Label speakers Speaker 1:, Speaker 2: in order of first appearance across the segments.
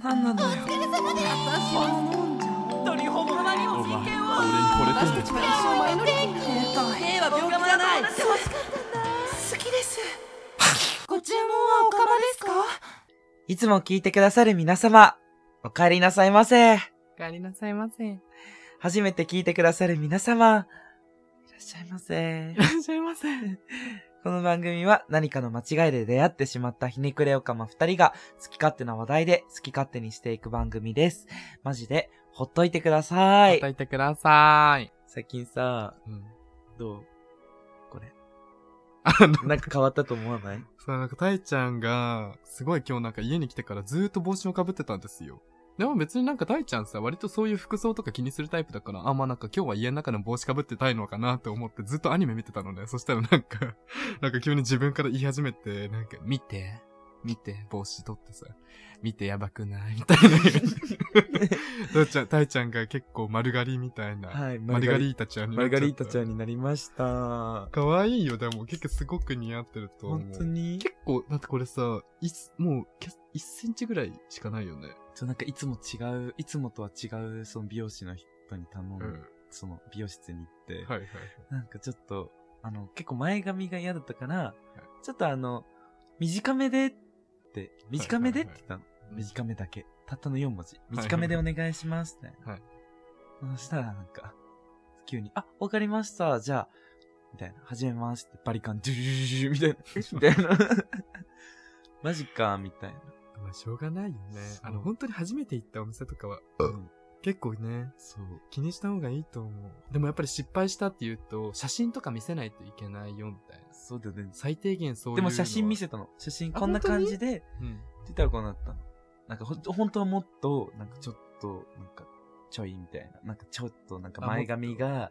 Speaker 1: 何なのよ私は飲んじゃおう
Speaker 2: ドリホモマにも人権を
Speaker 3: 俺に惚れてん
Speaker 1: 私たちは一生前乗り兵と兵は病気じゃない
Speaker 2: 我慢
Speaker 1: 好きですご注文はおかまですか
Speaker 4: いつも聞いてくださる皆様、お帰りなさいませ。
Speaker 5: お帰りなさいませ。い
Speaker 4: 初めて聞いてくださる皆様、いらっしゃいませ。
Speaker 5: らっしゃいませ。
Speaker 4: この番組は何かの間違いで出会ってしまったひねくれおかま二人が好き勝手な話題で好き勝手にしていく番組です。マジで、ほっといてください
Speaker 5: 叩。いてください。
Speaker 4: 最近さ、
Speaker 5: うん。
Speaker 4: どうこ れ。
Speaker 5: あの、
Speaker 4: なんか変わったと思わない
Speaker 5: そう、なんか、たいちゃんが、すごい今日なんか家に来てからずーっと帽子をかぶってたんですよ。でも別になんかたいちゃんさ、割とそういう服装とか気にするタイプだから、あ、まあなんか今日は家の中の帽子かぶってたいのかなって思ってずっとアニメ見てたのね。そしたらなんか、 なんか急に自分から言い始めて、なんか、見て、見て、帽子取ってさ、見てやばくないみたいな。たいちゃん、たいちゃんが結構丸刈りみたいな。
Speaker 4: はい
Speaker 5: マルガリータちゃんにな
Speaker 4: マ
Speaker 5: っち
Speaker 4: ル
Speaker 5: ゃ
Speaker 4: ガ
Speaker 5: った
Speaker 4: リータちゃんになりました。
Speaker 5: かわいいよ、でも結構すごく似合ってると思う。
Speaker 4: 本当に
Speaker 5: 結構、だってこれさ、いすもう、け1センチぐらいしかないよね。
Speaker 4: そう、なんかいつも違う、いつもとは違う、その美容師の人に頼んで、
Speaker 5: うん。
Speaker 4: その美容室に行って、
Speaker 5: はいはい。
Speaker 4: なんかちょっと、あの、結構前髪が嫌だったから、ちょっとあの、短めでって、短めでって言ったの。短めだけ。たったの4文字。短めでお願いしますって。
Speaker 5: はい
Speaker 4: そしたらなんか、急に、あ、わかりました。じゃあ、みたいな。始めますって、バリカン、ドゥルルルルみたいな。みたい な。マジか、みたいな。
Speaker 5: まあ、しょうがないよね。あの、本当に初めて行ったお店とかは、
Speaker 4: うん
Speaker 5: 結構ね、
Speaker 4: そう。
Speaker 5: 気にした方がいいと思う。でもやっぱり失敗したって言うと、写真とか見せないといけないよ、みたいな。
Speaker 4: そうだよね。
Speaker 5: 最低限そういう
Speaker 4: で
Speaker 5: の
Speaker 4: も
Speaker 5: は。
Speaker 4: 写真見せたの。写真こんな
Speaker 5: あ本当
Speaker 4: 感
Speaker 5: に
Speaker 4: じで、
Speaker 5: うん。
Speaker 4: って言ったらこうなったの。なんかほん、本当はもっと、なんかちょっと、なんか、ちょいみたいな。なんかちょっと、なんか前髪が、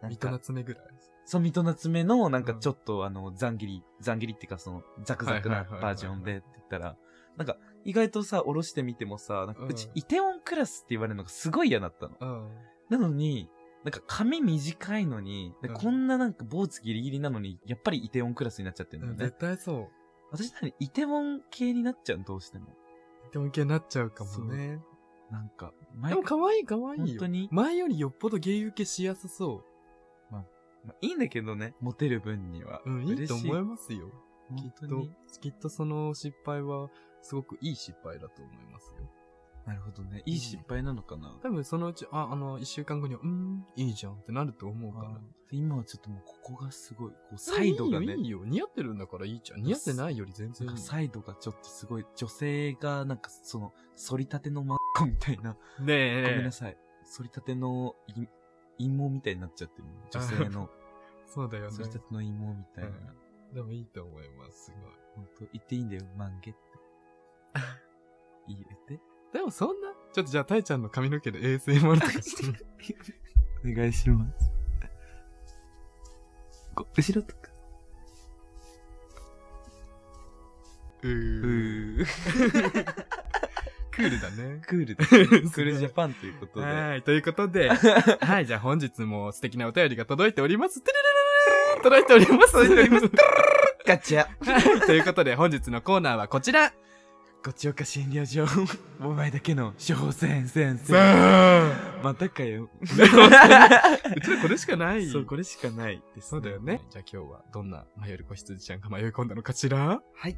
Speaker 4: なん
Speaker 5: ミトナ
Speaker 4: か、
Speaker 5: ツメぐらい。
Speaker 4: そう、ミトナツメの、なんか
Speaker 5: うん
Speaker 4: ちょっと、あの、ざん切り、ざん切りっていうか、その、ザクザク
Speaker 5: は
Speaker 4: ない
Speaker 5: はいはいはいはい
Speaker 4: バージョンでって言ったら、なんか、意外とさ、下ろしてみてもさ、なんか、
Speaker 5: うん
Speaker 4: うち、イテオンクラスって言われるのがすごい嫌だったの。
Speaker 5: うん。
Speaker 4: なのに、なんか髪短いのに、で
Speaker 5: うん
Speaker 4: こんななんか坊主ギリギリなのに、やっぱりイテオンクラスになっちゃってる
Speaker 5: うんん
Speaker 4: だよね。
Speaker 5: 絶対そう。
Speaker 4: 私なりイテウォン系になっちゃうのどうしても。
Speaker 5: でも系になっちゃうかもね。
Speaker 4: なんか、
Speaker 5: で
Speaker 4: 前
Speaker 5: も可愛い可愛いよ。
Speaker 4: 本当に
Speaker 5: 前よりよっぽどゲイ受けしやすそ
Speaker 4: まあいいんだけどね、モテる分には。
Speaker 5: う。うん、いいと思い
Speaker 4: ま
Speaker 5: ますよ。き
Speaker 4: 本当
Speaker 5: っと
Speaker 4: に。、
Speaker 5: きっとその失敗は、すごくいい失敗だと思いますよ。
Speaker 4: なるほどね。いい失敗なのかな。
Speaker 5: 多分そのうち、あ、あの、一週間後には、うん、いいじゃんってなると思うか
Speaker 4: あ
Speaker 5: ら。
Speaker 4: ー今はちょっともうここがすごい、こうサイドがね
Speaker 5: いいよ、いい、よ。似合ってるんだからいいじゃん。似合ってないより全然
Speaker 4: ないん
Speaker 5: い
Speaker 4: か。サイドがちょっとすごい、女性がなんかその、反りたてのマッコみたいな。ごめん
Speaker 5: ね
Speaker 4: なさい。反りたての陰陰謀みたいになっちゃってる。女性の、
Speaker 5: そうだよね
Speaker 4: 反。りたての陰謀みたいな。
Speaker 5: でもいいと思います。すごい。
Speaker 4: 本当言っていいんだよ、マ ンゲって。言って。
Speaker 5: でもそんな、ちょっとじゃあ、たいちゃんの髪の毛で ASMR とかしてみる。
Speaker 4: お願いします。こう後ろとか。
Speaker 5: うー。クールだね。
Speaker 4: クールですねクールジャ
Speaker 5: ン。
Speaker 4: パンということで。
Speaker 5: はい、ということ で、はい、じゃあ本日も素敵なお便りが届いております。てれれれれれ届いております。届いております。
Speaker 4: ガチャ
Speaker 5: はい、ということで本日のコーナーはこちら
Speaker 4: ごちおか診療所。お前だけの処方箋先
Speaker 5: さ
Speaker 4: 生。
Speaker 5: あ
Speaker 4: またかよ。
Speaker 5: うちらこれしかない。
Speaker 4: そう、これしかないです、
Speaker 5: そうだよね。。じゃあ今日はどんな迷える子羊ちゃんが迷い込んだのかしら
Speaker 4: はい。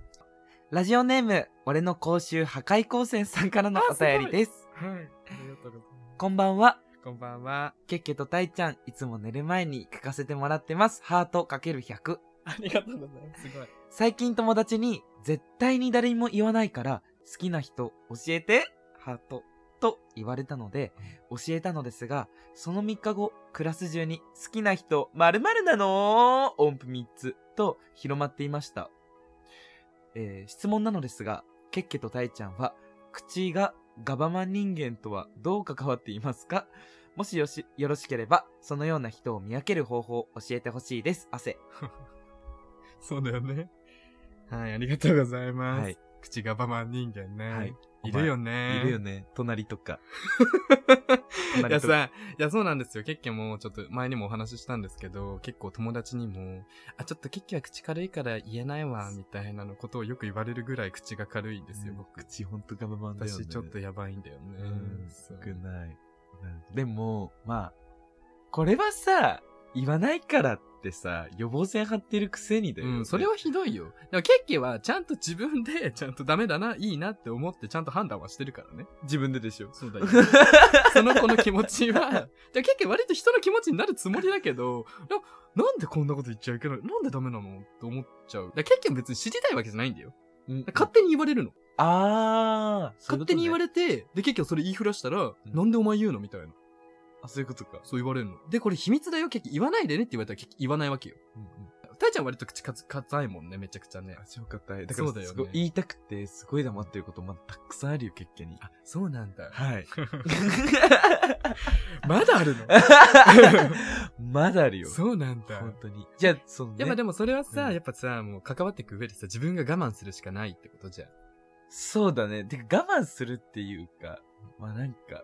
Speaker 4: ラジオネーム、俺の口臭破壊光線さんからのお便りです。
Speaker 5: はい。ありがとうござい
Speaker 4: こんばんは。
Speaker 5: ます。こんばんは。
Speaker 4: ケッケとタイちゃん、いつも寝る前に聞かせてもらってます。ハートかける100。
Speaker 5: ありがとうございます。すごい。
Speaker 4: 最近友達に絶対に誰にも言わないから好きな人教えてハートと言われたので教えたのですがその3日後クラス中に好きな人〇〇なの音符3つと広まっていました、えー質問なのですがケッケとタイちゃんは口がガバマン人間とはどう関わっていますかもしよしよろしければそのような人を見分ける方法を教えてほしいです汗
Speaker 5: そうだよね。はい、ありがとうございます。
Speaker 4: はい
Speaker 5: 口がバマン人間ね。
Speaker 4: はい
Speaker 5: いるよ
Speaker 4: お前
Speaker 5: ね。
Speaker 4: いるよね。隣 とか。
Speaker 5: いや
Speaker 4: 隣とか。
Speaker 5: さ、いやそうなんですよ。ケッケもちょっと前にもお話ししたんですけど、結構友達にも、あ、ちょっとケッケは口軽いから言えないわ、みたいなのことをよく言われるぐらい口が軽いんですよ、僕。
Speaker 4: 口ほんとガバマンだよね。
Speaker 5: 私ちょっとやばいんだよね。
Speaker 4: うん、
Speaker 5: そ
Speaker 4: 少
Speaker 5: う
Speaker 4: ない。うんでも、まあ、これはさ、言わないからってさ、予防線張ってるくせにだよ、
Speaker 5: うん、それはひどいよ。でもケッケはちゃんと自分で、 ちゃんとダメだな、いいなって思ってちゃんと判断はしてるからね。
Speaker 4: 自分ででしょ。
Speaker 5: そうだよ。 その子の気持ちは、でも結構割と人の気持ちになるつもりだけど、ななんでこんなこと言っちゃいけないなんでダメなのって思っちゃう。だから結構別に知りたいわけじゃないんだよ。
Speaker 4: うん
Speaker 5: 勝手に言われるの。
Speaker 4: あー、
Speaker 5: 勝手に言わ
Speaker 4: れ
Speaker 5: れて、で結構それ言いふらしたら、
Speaker 4: ん
Speaker 5: なんでお前言うのみたいな。
Speaker 4: あ、そういうことか。
Speaker 5: そう言われるの。で、これ秘密だよ、結局言わないでねって言われたら結局言わないわけよ。
Speaker 4: うんうん、
Speaker 5: たいちゃん割と口かつ、硬いもんね、めちゃくちゃね。
Speaker 4: あ、そうかった。だから
Speaker 5: そうだよね
Speaker 4: すごい言いたくて、すごい黙ってること、まだたくさんあるよ、結果に。
Speaker 5: あ、そうなんだ。
Speaker 4: はい。
Speaker 5: まだあ るの
Speaker 4: まだあるよ。
Speaker 5: そうなんだ。
Speaker 4: 本当に。じゃあ、そのね。
Speaker 5: やっぱでもそれはさ、
Speaker 4: うん
Speaker 5: やっぱさ、もう関わっていく上でさ、自分が我慢するしかないってことじゃん。
Speaker 4: そうだね。てか我慢するっていうか、まあなんか、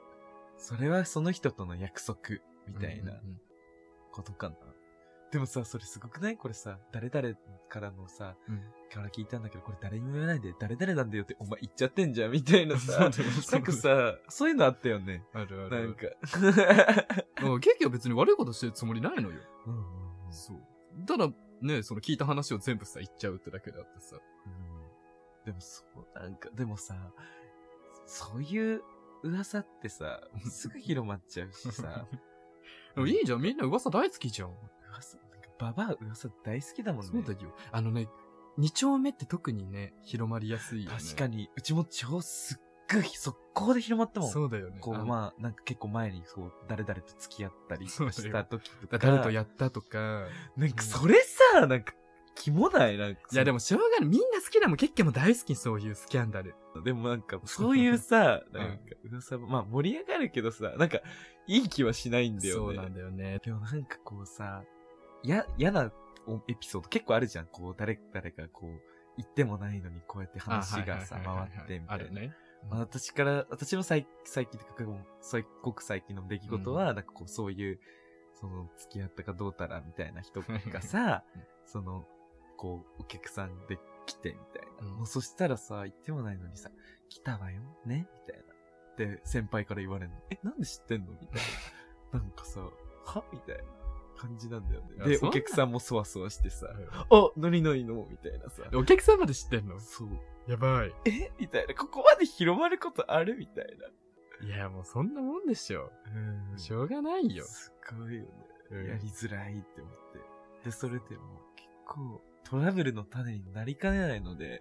Speaker 4: それはその人との約束みたいな
Speaker 5: うんうんうん
Speaker 4: ことかな。でもさ、それすごくないこれさ、誰々からのさ、
Speaker 5: うん
Speaker 4: から聞いたんだけど、これ誰にも言わないで、誰々なんだよって、お前言っちゃってんじゃんみたい なさ、なんかさ、そういうのあったよね。
Speaker 5: あるあ
Speaker 4: な
Speaker 5: る。
Speaker 4: んか。
Speaker 5: うんケーキは別に悪いことしてるつもりないのよ。
Speaker 4: うんうんうん
Speaker 5: そう。ただ、ね、その聞いた話を全部さ、言っちゃうってだけであってさ。
Speaker 4: うんでもそう、なんか、でもさ、そういう噂ってさ、すぐ広まっちゃうしさ、
Speaker 5: でもいいじゃん、みんな噂大好きじゃん。
Speaker 4: 噂、なんかババア噂大好きだもんね。
Speaker 5: そうだよ。あのね、二丁目って特にね、広まりやすいよね。
Speaker 4: 確かに、うちも超すっごい速攻で広まったもん。
Speaker 5: そうだよね。
Speaker 4: こ
Speaker 5: あ
Speaker 4: う、
Speaker 5: の
Speaker 4: まあ、なんか結構前に、そう、誰々と付き合ったり
Speaker 5: そうだよ
Speaker 4: した時とか。
Speaker 5: 誰とやったとか。
Speaker 4: なんかそれさ、なんか、キモないなんか。
Speaker 5: いやでも、しょうがない。みんな好きだもん。ケッケも大好き、そういうスキャンダル。
Speaker 4: でもなんか、そういうさ、
Speaker 5: うん
Speaker 4: なんか、噂、まあ盛り上がるけどさ、なんか、いい気はしないんだよね。
Speaker 5: そうなんだよね。
Speaker 4: でもなんかこうさ、や、嫌なおエピソード結構あるじゃん。こう、誰、誰かこう、言ってもないのにこうやって話がさ、
Speaker 5: あはいはいはいはい
Speaker 4: 回ってみた
Speaker 5: あ
Speaker 4: いな
Speaker 5: る。ね。
Speaker 4: まあ、私から、私の最最近とか、すごく最近の出来事は、なんかこう、そういう、その、付き合ったかどうたらみたいな人がさ
Speaker 5: うん、
Speaker 4: その、こう、お客さんで来てみたいな。
Speaker 5: うん
Speaker 4: もうそしたらさ、言ってもないのにさ、来たわよ、ねみたいな。で、先輩から言われるの。え、なんで知ってんのみたい な。なんかさ、はみたいな感じなんだよ
Speaker 5: いや
Speaker 4: ね。で、
Speaker 5: そんな
Speaker 4: お客さんもそわそわしてさ、
Speaker 5: うん
Speaker 4: あ、ノリノリの、みたいなさ。
Speaker 5: お客さんまで知ってんの
Speaker 4: そう。
Speaker 5: やばい。
Speaker 4: えみたいな。ここまで広まることあるみたいな。
Speaker 5: いや、もうそんなもんでしょ。
Speaker 4: うん
Speaker 5: しょうがないよ。
Speaker 4: すごいよね。
Speaker 5: うん
Speaker 4: やりづらいって思って。で、それでも結構トラブルの種になりかねないので、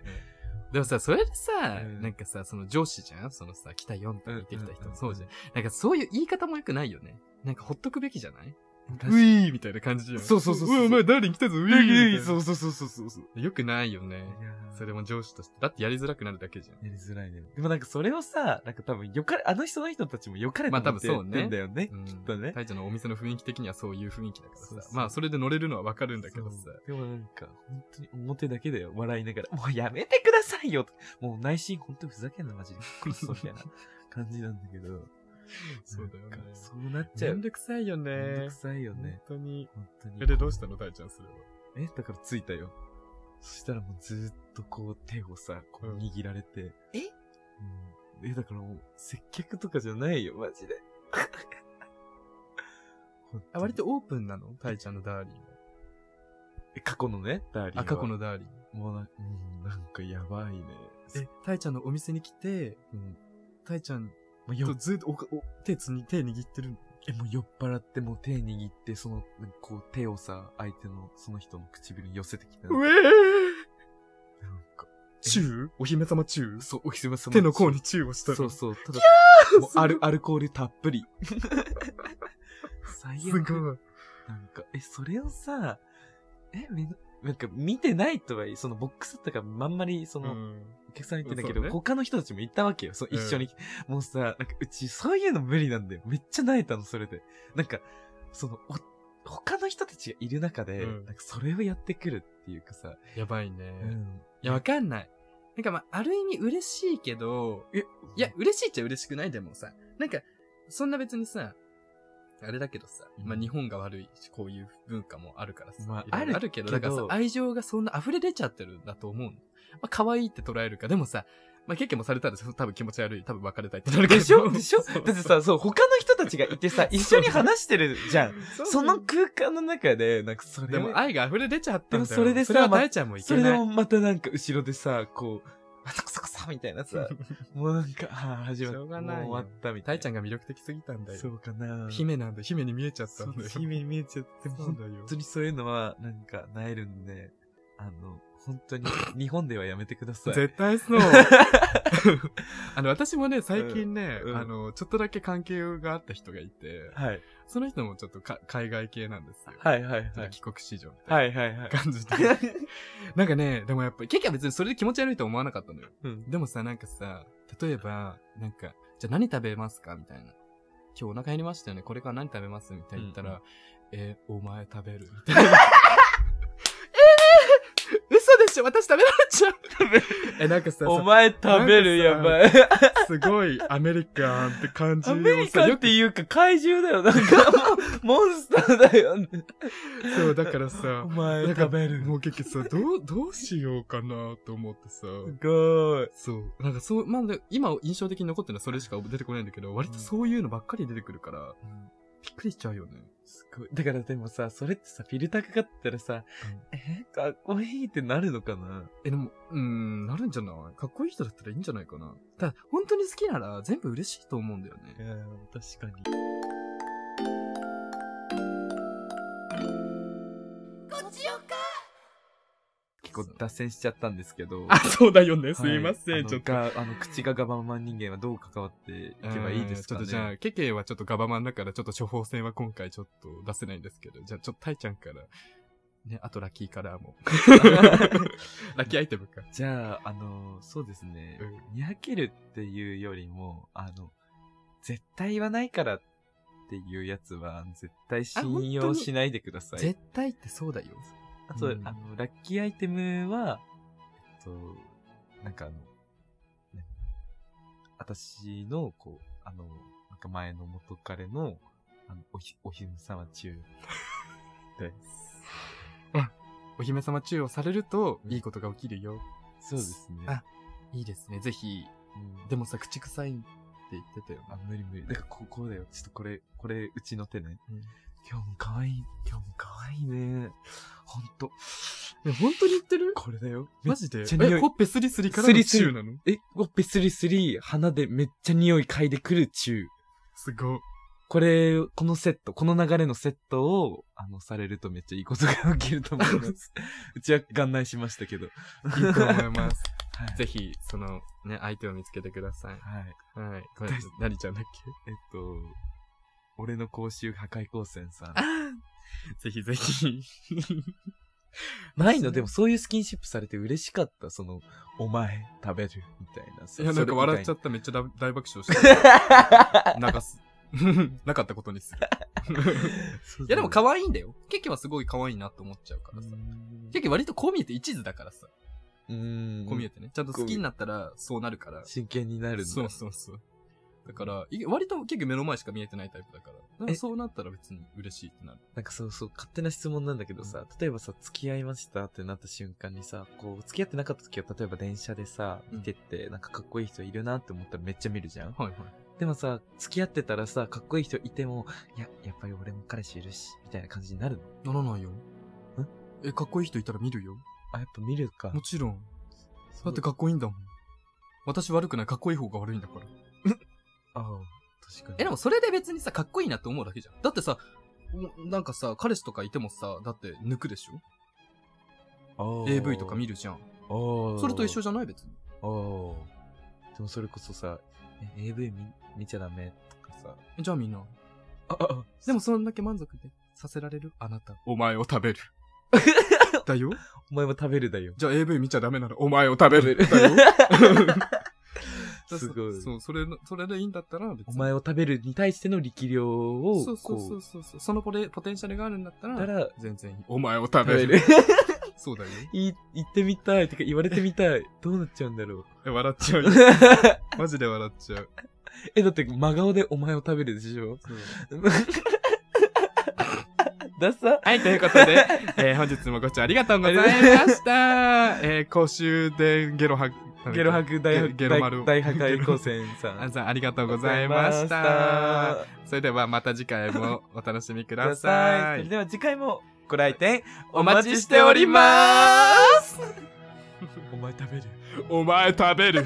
Speaker 5: でもさ、それでさ、
Speaker 4: うん
Speaker 5: なんかさ、その上司じゃんそのさ、来た4とか行ってきた人、
Speaker 4: うんうんうん
Speaker 5: そうじゃん。なんかそういう言い方も良くないよね。なんかほっとくべきじゃない
Speaker 4: 確
Speaker 5: ういーみたいな感じじゃん。
Speaker 4: そうそうそうそう
Speaker 5: うわお前ダーリン来たぞ、ういーみたいな
Speaker 4: そうそうそうそうそうそう。
Speaker 5: 良くないよね。
Speaker 4: いやー
Speaker 5: それも上司として。だってやりづらくなるだけじゃん。
Speaker 4: やりづらいね。でもなんかそれをさ、なんか多分よかれ、あの人の人たちもよかれと思って
Speaker 5: まあ
Speaker 4: や
Speaker 5: 多
Speaker 4: っ
Speaker 5: 分そうね
Speaker 4: てんだよね。
Speaker 5: うん
Speaker 4: きっとね。
Speaker 5: 大ちゃんのお店の雰囲気的にはそういう雰囲気だからさ。
Speaker 4: そうそう
Speaker 5: まあ、それで乗れるのはわかるんだけどさ。
Speaker 4: そうでもなんか、本当に表だけだよ。笑いながら。もうやめてくださいよともう内心本当にふざけんな、マジで。クソみたいな感じなんだけど。
Speaker 5: そうだよね
Speaker 4: なんかそうなっちゃ
Speaker 5: め
Speaker 4: う。
Speaker 5: んどくさいよ
Speaker 4: めんど
Speaker 5: ね
Speaker 4: く。さいよね。
Speaker 5: 本当に。
Speaker 4: 本当に。
Speaker 5: え、で、どうしたの大ちゃんそれは。
Speaker 4: え、だから着いたよ。そしたらもうずーっとこう手をさ、こう握られて。えうん。え、だからもう接客とかじゃないよ、マジで。本
Speaker 5: あ、
Speaker 4: 当に
Speaker 5: 割とオープンなの大ちゃんのダーリンは。
Speaker 4: え過去のね、ダーリンは。
Speaker 5: あ、過去のダーリン。
Speaker 4: もうな、うん、なんかやばいね。
Speaker 5: え、タイちゃんのお店に来て、
Speaker 4: うん
Speaker 5: タイちゃん
Speaker 4: もうよ
Speaker 5: とずっとおかお手つに、手握ってるの。
Speaker 4: え、もう酔っ払って、もう手握って、その、こう手をさ、相手の、その人の唇に寄せてきたの。なん
Speaker 5: え
Speaker 4: か、
Speaker 5: チューお姫様チュー
Speaker 4: そう、お姫様
Speaker 5: 手の甲にチューをしたの。
Speaker 4: そう
Speaker 5: す
Speaker 4: そう、ただ、もうアルアルコールたっぷり。最
Speaker 5: ごい。
Speaker 4: 悪。なんか、え、それをさ、え、めの、なんか見てないとはいえ、そのボックスとか、あんまり、そうの、
Speaker 5: ん。
Speaker 4: お客さん言ってんだけ
Speaker 5: そ
Speaker 4: ど、
Speaker 5: うね
Speaker 4: 他の人たちも行ったわけよ。そう、
Speaker 5: うん
Speaker 4: 一緒に。もうさ、なんかうち、そういうの無理なんだよ。めっちゃ泣いたの、それで。なんか、その、お他の人たちがいる中で、
Speaker 5: うん
Speaker 4: なんかそれをやってくるっていうかさ、
Speaker 5: やばいね。
Speaker 4: うん
Speaker 5: いや、わかんない。なんかまあ、ある意味嬉しいけど、えいや、嬉しいっちゃ嬉しくないでもさ、なんか、そんな別にさ、あれだけどさ、
Speaker 4: うん
Speaker 5: まあ日本が悪いし、こういう文化もあるからさ、
Speaker 4: まあ
Speaker 5: いろいろ
Speaker 4: ある
Speaker 5: あるけど、
Speaker 4: け
Speaker 5: だ
Speaker 4: ど
Speaker 5: からさ、愛情がそんな溢れ出ちゃってるんだと思うの。まあ可愛いって捉えるか、でもさ、まあ結局もされたら多分気持ち悪い、多分別れたいってなるけど。
Speaker 4: で しょでしょ
Speaker 5: そう
Speaker 4: だって、さ、そう、他の人たちがい てさ、一緒に話してるじゃん。
Speaker 5: そう
Speaker 4: その空間の中で、なんかそれを
Speaker 5: でも愛が溢れ出ちゃったんだよ。
Speaker 4: でもそれでさ
Speaker 5: それは大ちゃんもいけ
Speaker 4: それで
Speaker 5: ない
Speaker 4: も。またなんか後ろでさ、こう、あサカサカサみたいなさ、 もうなんか、あー始まった。
Speaker 5: しょうがないよ
Speaker 4: もう終わったみた
Speaker 5: 大
Speaker 4: い
Speaker 5: ちゃんが魅力的すぎたんだ
Speaker 4: な。
Speaker 5: よ。
Speaker 4: そうかな。
Speaker 5: 姫なんだよ。姫に見えちゃった
Speaker 4: そ
Speaker 5: んだ
Speaker 4: う
Speaker 5: よ。
Speaker 4: 姫に見えちゃって、
Speaker 5: そう
Speaker 4: 本
Speaker 5: だよ。
Speaker 4: 当にそういうのは、なんか、なえるんで、あの、本当 に、日本ではやめてください。
Speaker 5: 絶対そう。 あの、私もね、最近ね、
Speaker 4: うんうん
Speaker 5: あの、ちょっとだけ関係があった人がいて、
Speaker 4: はい。
Speaker 5: その人もちょっとか海外系なんですよ。
Speaker 4: はいはいはい
Speaker 5: ちょっと帰国子女みたい
Speaker 4: はいはいは。
Speaker 5: ない感 じで。なんかね、でもやっぱり、結局は別にそれで気持ち悪いとは思わなかったのよ。
Speaker 4: うん。
Speaker 5: でもさ、なんかさ、例えば、なんか、じゃあ何食べますかみたいな。今日お腹減りましたよね。これから何食べますみたいな言ったら、
Speaker 4: うんう
Speaker 5: えーお前食べるみたいな。えー、嘘でしょ私食べられちゃう え、なんかさ、
Speaker 4: お前食べるや
Speaker 5: なんかさ
Speaker 4: ばい。
Speaker 5: すごいアメリカンって感じ
Speaker 4: ア
Speaker 5: を
Speaker 4: メリ
Speaker 5: さ、
Speaker 4: カ
Speaker 5: よ
Speaker 4: っ
Speaker 5: く
Speaker 4: て、いうか怪獣だよ。なんか、もうモンスターだよね。
Speaker 5: そう、だからさ
Speaker 4: お、前食べる。
Speaker 5: もう結局さ、どう、どうしようかなと思ってさ、
Speaker 4: すごい。
Speaker 5: そう。なんかそう、まあ、で今印象的に残ってるのはそれしか出てこないんだけど、割とそういうのばっかり出てくるから、びっくりしちゃうよね。
Speaker 4: すごい。だからでもさ、それってさ、フィルターかかってたらさ、え、かっこいいってなるのかな
Speaker 5: え、でも、うーん、なるんじゃないかっこいい人だったらいいんじゃないかな。ただ、本当に好きなら全部嬉しいと思うんだよね。
Speaker 4: ん、確かに。
Speaker 1: こっちよか
Speaker 4: 結構脱線しちゃったんですけど。
Speaker 5: あ、そうだよね。
Speaker 4: はいあの。があの、口がガバマン人間はどう関わっていけばいいですか
Speaker 5: ちょ
Speaker 4: ね。
Speaker 5: っとじゃあ、ケケはちょっとガバマンだから、ちょっと処方箋は今回ちょっと出せないんですけど、じゃあちょっとタイちゃんから、ね、あとラッキーカラー も。ラッキーアイテムか。
Speaker 4: じゃあ、あの、そうですね。にやけるっていうよりも、あの、絶対言わないからっていうやつは、絶対信
Speaker 5: あ本当
Speaker 4: 用
Speaker 5: に
Speaker 4: しないでください。
Speaker 5: 絶対ってそうだよ。
Speaker 4: あと、
Speaker 5: うん
Speaker 4: あの、ラッキーアイテムは、えっと、なんかあの、ね、私の、こう、あの、なんか前の元彼の、あの、おひ、お姫様中。です。
Speaker 5: お姫様中をされると、いいことが起きるよ。
Speaker 4: そうですね。
Speaker 5: あいいですね。ぜひ、
Speaker 4: うん
Speaker 5: でもさ、口臭いって言ってたよ
Speaker 4: あ、無理無理。だから、こ、こうだよ。ちょっとこれ、これ、うちの手ね。今日も可愛い、今日も可愛いね。ほんと。
Speaker 5: な。本当に言ってる
Speaker 4: これだよ。
Speaker 5: マジで
Speaker 4: めっちゃ匂い
Speaker 5: え、ほっぺスリスリから
Speaker 4: ス
Speaker 5: の
Speaker 4: リスリ
Speaker 5: 中なの
Speaker 4: え、おっぺすりすり、鼻でめっちゃ匂い嗅いでくる中。
Speaker 5: すごい。
Speaker 4: これ、このセット、この流れのセットを、あの、されるとめっちゃいいことが起きると思い ます。うちは眼内しましたけど。
Speaker 5: いいと思います。
Speaker 4: はい。
Speaker 5: ぜひ、その、ね、相手を見つけてください。
Speaker 4: はい。
Speaker 5: はい。これ、なりちゃんだっけ
Speaker 4: えっと、俺の公衆破壊光線さん。
Speaker 5: ぜひぜ ひ。
Speaker 4: ないの、でもそういうスキンシップされて嬉しかった。その、お前食べる、みたいなさ。
Speaker 5: いや、なんか笑っちゃ
Speaker 4: っ
Speaker 5: った。めっちゃ大大爆笑 してる。流す。 なかったことにする。
Speaker 4: た。い
Speaker 5: いや、でも
Speaker 4: わ
Speaker 5: 可愛いんだよ。ケケはすごい可愛いなと思っちゃうからさ。ケケ割とこう見えて一途だからさ。
Speaker 4: うーん。
Speaker 5: こう見えてね。ちゃんと好きになったらそうなるから。
Speaker 4: 真剣になるんだ。
Speaker 5: そうそうそう。だから、い割と結構目の前しか見えてないタイプだから。だからそうなったら別に嬉しいってなる。
Speaker 4: なんかそうそう、勝手な質問なんだけどさ、例えばさ、付き合いましたってなった瞬間にさ、こう、付き合ってなかった時は、例えば電車でさ、
Speaker 5: うん
Speaker 4: 見てって、なんかかっこいい人いるなって思ったらめっちゃ見るじゃん。
Speaker 5: はいはい。
Speaker 4: でもさ、付き合ってたらさ、かっこいい人いても、いや、やっぱり俺も彼氏いるし、みたいな感じになるの
Speaker 5: ならないよ。え、かっこいい人いたら見るよ。
Speaker 4: あ、やっぱ見るか
Speaker 5: も。ちろん。
Speaker 4: そ
Speaker 5: だってかっこいいんだもん。私悪くない。かっこいい方が悪いんだから。
Speaker 4: ああ、確かに。
Speaker 5: え、でも、それで別にさ、かっこいいなって思うだけじゃん。だってさ、おなんかさ、彼氏とかいてもさ、だって抜くでしょ ?AV とか見
Speaker 4: る。
Speaker 5: るじゃん。
Speaker 4: あー
Speaker 5: それと一緒じゃない別に。
Speaker 4: あーでもそれこそさ、え AV 見見ちゃダメとかさ。
Speaker 5: えじゃあみんな。
Speaker 4: あ、あ、
Speaker 5: でもそんだけ満足でさせられるあなた。お前を食べ る。だよ。
Speaker 4: お前も食べるだよ。
Speaker 5: じゃあ AV 見ちゃダメならお前を食べる。 だよ。
Speaker 4: すごい。
Speaker 5: そう、それの、それでいいんだったら別に。
Speaker 4: お前を食べるに対しての力量を、
Speaker 5: そうそうそうそうそう。そのポレポテンシャルがあるんだった
Speaker 4: こ
Speaker 5: ら、
Speaker 4: う、だから、
Speaker 5: 全然いい。お前を食
Speaker 4: 食べ
Speaker 5: べ
Speaker 4: る
Speaker 5: る。。そうだよ。
Speaker 4: い、行ってみたい。てか言われてみたい。どうなっちゃうんだろう。
Speaker 5: え笑っちゃう よ。マジで笑っちゃう。
Speaker 4: え、だって真顔でお前を食べるでしょ ダサ
Speaker 5: はい、ということで、えー本日もご視聴ありがとうございま した。えー、公衆でゲロ吐く。
Speaker 4: ゲロ吐く大
Speaker 5: ゲゲロ丸を
Speaker 4: 大大破壊光線 さ
Speaker 5: あ
Speaker 4: ん。
Speaker 5: ざありがとうございました。それではまた次回もお楽しみく
Speaker 4: ございました。くだ
Speaker 5: だ
Speaker 4: さ
Speaker 5: さ
Speaker 4: い。それ
Speaker 5: い。
Speaker 4: では次回もご来店お
Speaker 5: お
Speaker 4: 待
Speaker 5: 待
Speaker 4: ち
Speaker 5: ち
Speaker 4: し
Speaker 5: してて
Speaker 4: お
Speaker 5: お
Speaker 4: り
Speaker 5: り
Speaker 4: ま。
Speaker 5: ます
Speaker 4: お前食べる。
Speaker 5: お前食べる。